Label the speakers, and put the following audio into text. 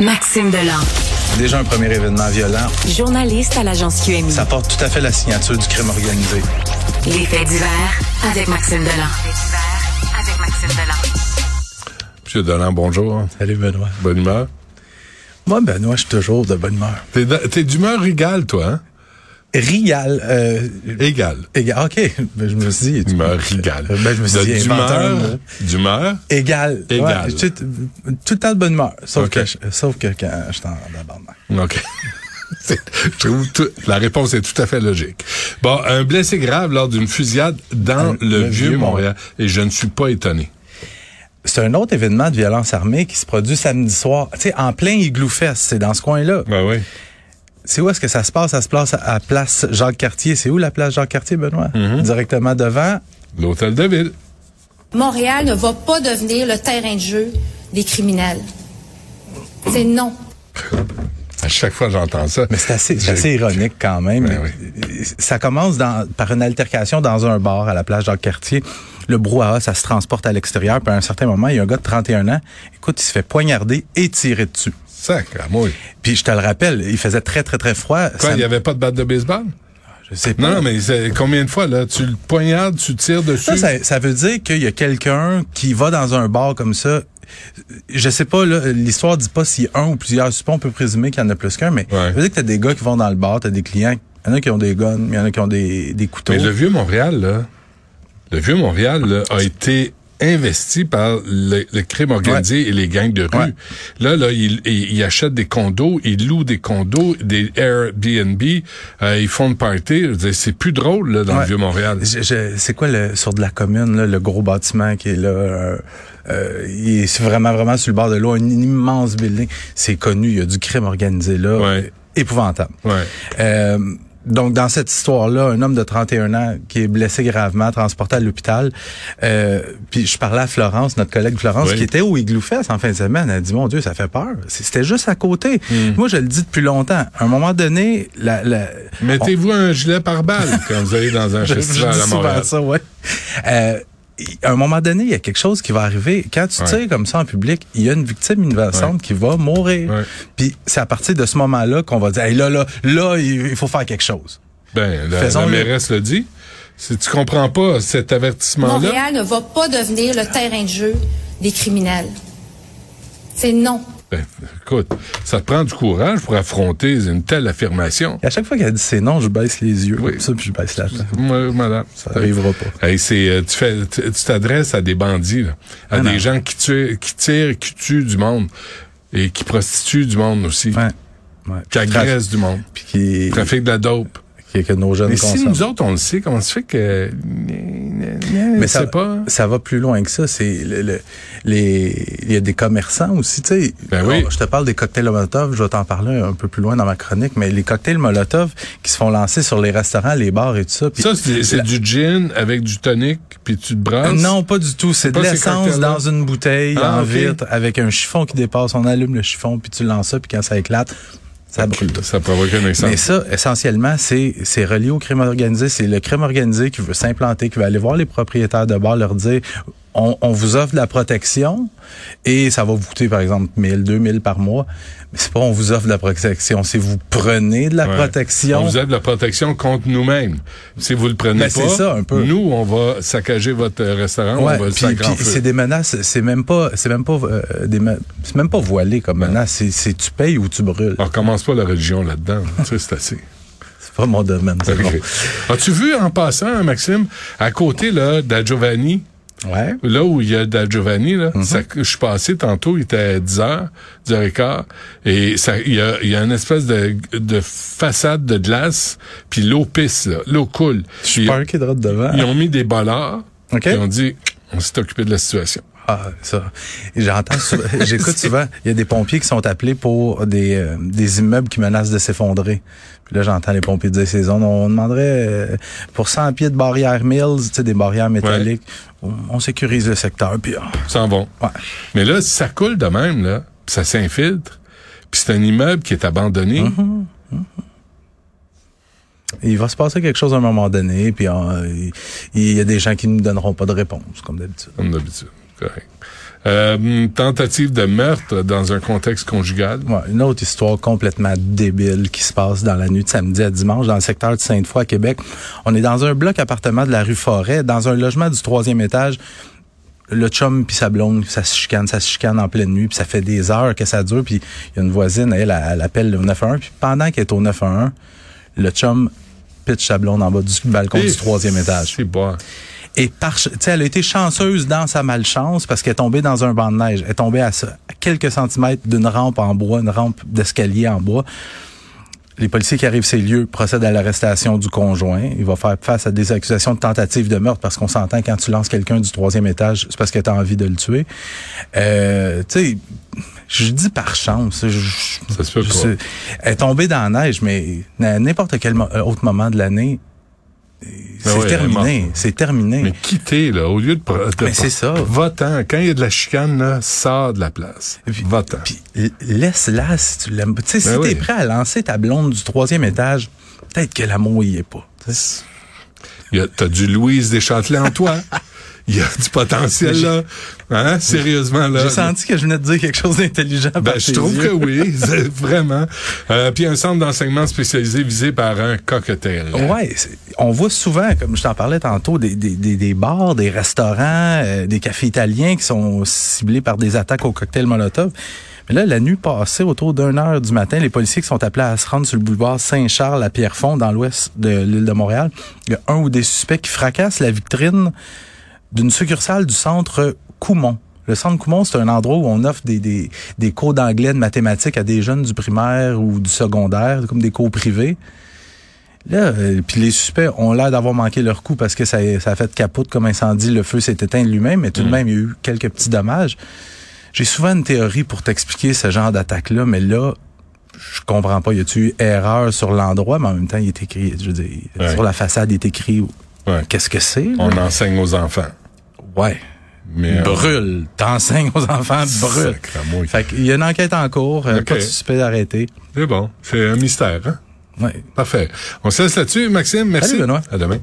Speaker 1: Maxime Delan,
Speaker 2: Déjà un premier événement violent,
Speaker 1: journaliste à l'agence QMI.
Speaker 2: ça porte tout à fait la signature du crime organisé.
Speaker 1: Les faits divers avec Maxime Delan. avec Maxime Delan.
Speaker 3: Monsieur Dolan, bonjour.
Speaker 2: Salut Benoît.
Speaker 3: Bonne humeur.
Speaker 2: Moi Benoît, je suis toujours de bonne humeur.
Speaker 3: T'es da- T'es d'humeur régale, toi, hein?
Speaker 2: Rigal, euh,
Speaker 3: Égale.
Speaker 2: égal, ok, ben, je me suis dit. tu-
Speaker 3: Humeur régale.
Speaker 2: Ben, je me suis
Speaker 3: De
Speaker 2: dit, invente un
Speaker 3: D'humeur,
Speaker 2: mot.
Speaker 3: d'humeur.
Speaker 2: Égal.
Speaker 3: Égal.
Speaker 2: Ouais, je suis t- tout le temps de bonne humeur, sauf,
Speaker 3: Ok.
Speaker 2: que, je- sauf que quand je suis en abandon.
Speaker 3: OK. C'est- je trouve tout- la réponse est tout à fait logique. Bon, un blessé grave lors d'une fusillade dans
Speaker 2: Un-
Speaker 3: le,
Speaker 2: le
Speaker 3: vieux
Speaker 2: Vieux
Speaker 3: Montréal. Et je ne suis pas étonné.
Speaker 2: C'est un autre événement de violence armée qui se produit samedi soir, tu sais, en plein Igloo Fest, c'est dans ce coin-là.
Speaker 3: Ben oui.
Speaker 2: C'est où est-ce que ça se passe? Ça se passe à Place Jacques-Cartier. C'est où la Place Jacques-Cartier, Benoît?
Speaker 3: Mm-hmm.
Speaker 2: Directement devant.
Speaker 3: L'hôtel de ville.
Speaker 4: Montréal ne va pas devenir le terrain de jeu des criminels. C'est non.
Speaker 3: À chaque fois, j'entends ça.
Speaker 2: Mais c'est assez, c'est
Speaker 3: Je-
Speaker 2: assez ironique quand même.
Speaker 3: Ben
Speaker 2: Ça commence dans- par une altercation dans un bar à la place Jacques-Cartier. Le brouhaha, ça se transporte à l'extérieur. Puis à un certain moment, il y a un gars de 31 ans. Écoute, il se fait poignarder et tirer dessus.
Speaker 3: Sacramouille.
Speaker 2: Puis je te le rappelle, il faisait très, très, très froid.
Speaker 3: Quoi,
Speaker 2: Ça-
Speaker 3: il n'y avait pas de batte de baseball?
Speaker 2: je sais
Speaker 3: Non,
Speaker 2: pas.
Speaker 3: non, mais c'est- combien de fois, là? Tu le poignardes, tu tires dessus.
Speaker 2: Ça, ça, ça veut dire qu'il y a quelqu'un qui va dans un bar comme ça. Je sais pas, là, l'histoire dit pas s'il y a un ou plusieurs suspects. On peut présumer qu'il y en a plus qu'un, mais
Speaker 3: Ouais.
Speaker 2: ça veut dire que t'as des gars qui vont dans le bar, t'as des clients. Il y en a qui ont des guns, il y en a qui ont des, des couteaux.
Speaker 3: Mais le vieux Montréal, là, le vieux Montréal là, a été investi par le, le crime organisé et les gangs de rue.
Speaker 2: Ouais.
Speaker 3: Là, là, ils il, il achètent des condos, ils louent des condos, des Airbnb, euh, ils font de party. Je veux dire, C'est plus drôle là, dans le
Speaker 2: Ouais.
Speaker 3: vieux Montréal.
Speaker 2: Je- je- c'est quoi le sur de la commune là, le gros bâtiment qui est là euh, euh, il est vraiment vraiment sur le bord de l'eau un immense building c'est connu il y a du crime organisé là
Speaker 3: Ouais.
Speaker 2: épouvantable
Speaker 3: Ouais.
Speaker 2: Euh, donc dans cette histoire là un homme de 31 ans qui est blessé gravement transporté à l'hôpital Euh, puis je parlais à Florence notre collègue Florence
Speaker 3: Oui.
Speaker 2: qui était au Igloo Fest en fin de semaine elle dit mon dieu ça fait peur C'est- c'était juste à côté
Speaker 3: Hmm.
Speaker 2: moi je le dis depuis longtemps à un moment donné la, la
Speaker 3: Mettez-vous un gilet par balle quand vous allez dans un
Speaker 2: je, je
Speaker 3: festival
Speaker 2: dis
Speaker 3: à
Speaker 2: souvent
Speaker 3: Montréal.
Speaker 2: ça, ouais. Euh, y- à un moment donné, il y a quelque chose qui va arriver. Quand tu
Speaker 3: Ouais.
Speaker 2: tires comme ça en public, il y a une victime innocente
Speaker 3: Ouais.
Speaker 2: qui va mourir.
Speaker 3: Ouais.
Speaker 2: Puis c'est à partir de ce moment-là qu'on va dire, Hey, là, là, là, il il faut faire quelque chose.
Speaker 3: Ben, la, la
Speaker 2: Faisons-le.
Speaker 3: mairesse le dit. Si tu comprends pas cet avertissement-là,
Speaker 4: Montréal ne va pas devenir le terrain de jeu des criminels. C'est non.
Speaker 3: ben, écoute, ça te prend du courage pour affronter une telle affirmation.
Speaker 2: Et à chaque fois qu'elle dit c'est non, je baisse les yeux.
Speaker 3: Oui.
Speaker 2: Comme ça, puis je baisse la tête.
Speaker 3: Moi, madame.
Speaker 2: Ça arrivera pas.
Speaker 3: Hey, c'est euh, tu fais tu tu t'adresses à des bandits là, à
Speaker 2: Ah,
Speaker 3: des
Speaker 2: non.
Speaker 3: gens qui tuent qui tirent qui tuent du monde et qui prostituent du monde aussi
Speaker 2: Ouais. Ouais.
Speaker 3: qui agressent du monde
Speaker 2: Puis qui,
Speaker 3: trafic de la dope
Speaker 2: qui- que nos jeunes
Speaker 3: mais si
Speaker 2: consomment.
Speaker 3: nous autres on le sait comment se fait que mais
Speaker 2: Mais
Speaker 3: ça
Speaker 2: ça,
Speaker 3: pas hein.
Speaker 2: ça va plus loin que ça. C'est le- le- les, il y a des commerçants aussi, tu sais. Oh,
Speaker 3: Ben oui.
Speaker 2: je te parle des cocktails Molotov. Je vais t'en parler un peu plus loin dans ma chronique, mais les cocktails Molotov qui se font lancer sur les restaurants, les bars et tout ça. puis-
Speaker 3: ça c'est c'est du gin avec du tonic puis tu te brasses
Speaker 2: non, pas du tout. C'est de
Speaker 3: pas ces
Speaker 2: l'essence
Speaker 3: cocktails-là.
Speaker 2: dans une bouteille
Speaker 3: Ah,
Speaker 2: en
Speaker 3: ok.
Speaker 2: vitre avec un chiffon qui dépasse. On allume le chiffon puis tu lances ça puis quand ça éclate, ça brûle.
Speaker 3: ça provoque un incendie
Speaker 2: Mais ça, essentiellement, c'est c'est relié au crime organisé. C'est le crime organisé qui veut s'implanter, qui veut aller voir les propriétaires de bars, leur dire on, on vous offre de la protection et ça va vous coûter, par exemple, 1000, 2000 par mois. Mais c'est pas on vous offre de la protection, c'est vous prenez de la
Speaker 3: Ouais.
Speaker 2: protection.
Speaker 3: On vous aide la protection contre nous-mêmes. Si vous le prenez
Speaker 2: Ben,
Speaker 3: pas,
Speaker 2: c'est ça, un peu.
Speaker 3: nous, on va saccager votre euh, restaurant,
Speaker 2: Ouais,
Speaker 3: on va le
Speaker 2: puis,
Speaker 3: sacrer en
Speaker 2: puis
Speaker 3: feu.
Speaker 2: c'est des menaces, c'est même pas, c'est même pas, euh, des, me- c'est même pas voilé comme menace. C'est, c'est tu payes ou tu brûles.
Speaker 3: On recommence pas la religion là-dedans. tu sais, c'est assez.
Speaker 2: C'est pas mon domaine. C'est
Speaker 3: Ok. As-tu vu en passant, hein, Maxime, à côté là, d'A Giovanni,
Speaker 2: bon. Ouais.
Speaker 3: là où il y a d'A Giovanni, là,
Speaker 2: Mm-hmm.
Speaker 3: ça- je suis passé tantôt, il était à 10 h 10 h 15 et ça, il y a, il y a une espèce de, de façade de glace, puis l'eau pisse, là, l'eau coule.
Speaker 2: Je suis
Speaker 3: Puis
Speaker 2: parké droit devant.
Speaker 3: Ils ont mis des bollards,
Speaker 2: Ok.
Speaker 3: puis ils ont dit, on s'est occupé de la situation.
Speaker 2: Ah, ça. J'entends souvent- j'écoute souvent, il y a des pompiers qui sont appelés pour des, euh, des immeubles qui menacent de s'effondrer. Puis là, j'entends les pompiers dire ces zones, on demanderait euh, pour 100 pieds de barrières mills, tu sais, des barrières métalliques, on, on sécurise le secteur. Puis, ah,
Speaker 3: s'en vont.
Speaker 2: Ouais.
Speaker 3: Mais là, si ça coule de même, là, pis ça s'infiltre, puis c'est un immeuble qui est abandonné.
Speaker 2: Mhm. il va se passer quelque chose à un moment donné, puis ah, il il y a des gens qui ne nous donneront pas de réponse, comme d'habitude.
Speaker 3: Comme d'habitude. Correct. Euh, tentative de meurtre dans un contexte conjugal.
Speaker 2: Ouais, une autre histoire complètement débile qui se passe dans la nuit de samedi à dimanche dans le secteur de Sainte-Foy à Québec. On est dans un bloc appartement de la rue Forêt, dans un logement du troisième étage le chum puis sa blonde, ça se chicane, ça se chicane en pleine nuit, puis ça fait des heures que ça dure, puis il y a une voisine, elle, elle, elle appelle le 911, puis pendant qu'elle est au 911, le chum pitch sa blonde en bas du balcon
Speaker 3: Et
Speaker 2: du troisième étage.
Speaker 3: C'est bon.
Speaker 2: Et par, ch- tu sais, elle a été chanceuse dans sa malchance parce qu'elle est tombée dans un banc de neige. Elle est tombée à, ce- à quelques centimètres d'une rampe en bois, une rampe d'escalier en bois. Les policiers qui arrivent à ces lieux procèdent à l'arrestation du conjoint. Il va faire face à des accusations de tentative de meurtre parce qu'on s'entend quand tu lances quelqu'un du troisième étage, c'est parce que tu as envie de le tuer. Euh, tu sais, je dis par chance. je- je-
Speaker 3: Ça se peut
Speaker 2: je
Speaker 3: pas.
Speaker 2: sais- Elle est tombée dans la neige, mais à n'importe quel mo- autre moment de l'année, c'est
Speaker 3: Ben ouais, elle est
Speaker 2: terminé.
Speaker 3: morte.
Speaker 2: C'est terminé.
Speaker 3: Mais quittez, là, au lieu de... pre- de
Speaker 2: Mais c'est ça.
Speaker 3: Va-t'en. Quand il y a de la chicane, là, sors de la place. Va-t'en.
Speaker 2: Puis l- laisse-la si tu l'aimes. pas. Tu sais, si
Speaker 3: Ben
Speaker 2: t'es
Speaker 3: oui.
Speaker 2: prêt à lancer ta blonde du troisième étage, peut-être que l'amour y est pas. tu sais.
Speaker 3: Il y a- T'as du Louise Deschâtelet en toi. Il y a du potentiel, là. Hein? Sérieusement, là.
Speaker 2: J'ai senti que je venais de dire quelque chose d'intelligent.
Speaker 3: Ben, je trouve que oui, c'est vraiment. Euh, puis un centre d'enseignement spécialisé visé par un cocktail.
Speaker 2: Ouais, c'est- on voit souvent, comme je t'en parlais tantôt, des, des, des, des bars, des restaurants, euh, des cafés italiens qui sont ciblés par des attaques au cocktail Molotov. Mais là, la nuit passée, autour d'une heure du matin, les policiers qui sont appelés à se rendre sur le boulevard Saint-Charles à Pierrefonds, dans l'ouest de l'île de Montréal, il y a un ou des suspects qui fracassent la vitrine d'une succursale du centre Coumont. Le centre Coumont, c'est un endroit où on offre des, des, des cours d'anglais, de mathématiques à des jeunes du primaire ou du secondaire, comme des cours privés. Là, euh, puis les suspects ont l'air d'avoir manqué leur coup parce que ça, ça a fait capote comme incendie, le feu s'est éteint lui-même, mais tout
Speaker 3: Mm.
Speaker 2: de même, il y a eu quelques petits dommages. J'ai souvent une théorie pour t'expliquer ce genre d'attaque-là, mais là, je comprends pas. Y a-tu eu erreur sur l'endroit, mais en même temps, il est écrit, je veux dire,
Speaker 3: Ouais.
Speaker 2: sur la façade, il est écrit
Speaker 3: Ouais.
Speaker 2: qu'est-ce que c'est? là?
Speaker 3: On enseigne aux enfants.
Speaker 2: Ouais.
Speaker 3: Mais, euh,
Speaker 2: Brûle. T'enseignes aux enfants, brûle.
Speaker 3: Sacramouille.
Speaker 2: Fait qu'il y a une enquête en cours, euh,
Speaker 3: Ok.
Speaker 2: pas de suspect arrêté.
Speaker 3: C'est bon. C'est un mystère, hein?
Speaker 2: Ouais.
Speaker 3: Parfait. On se laisse là-dessus, Maxime. Merci.
Speaker 2: Salut, Benoît.
Speaker 3: À demain.